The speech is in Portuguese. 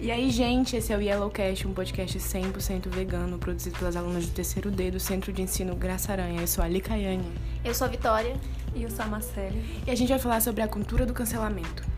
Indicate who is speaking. Speaker 1: E aí, gente, esse é o Yellowcast, um podcast 100% vegano, produzido pelas alunas do terceiro D do Centro de Ensino Graça Aranha. Eu sou a Lika Yane.
Speaker 2: Eu sou a Vitória.
Speaker 3: E eu sou a Marcele.
Speaker 1: E a gente vai falar sobre a cultura do cancelamento.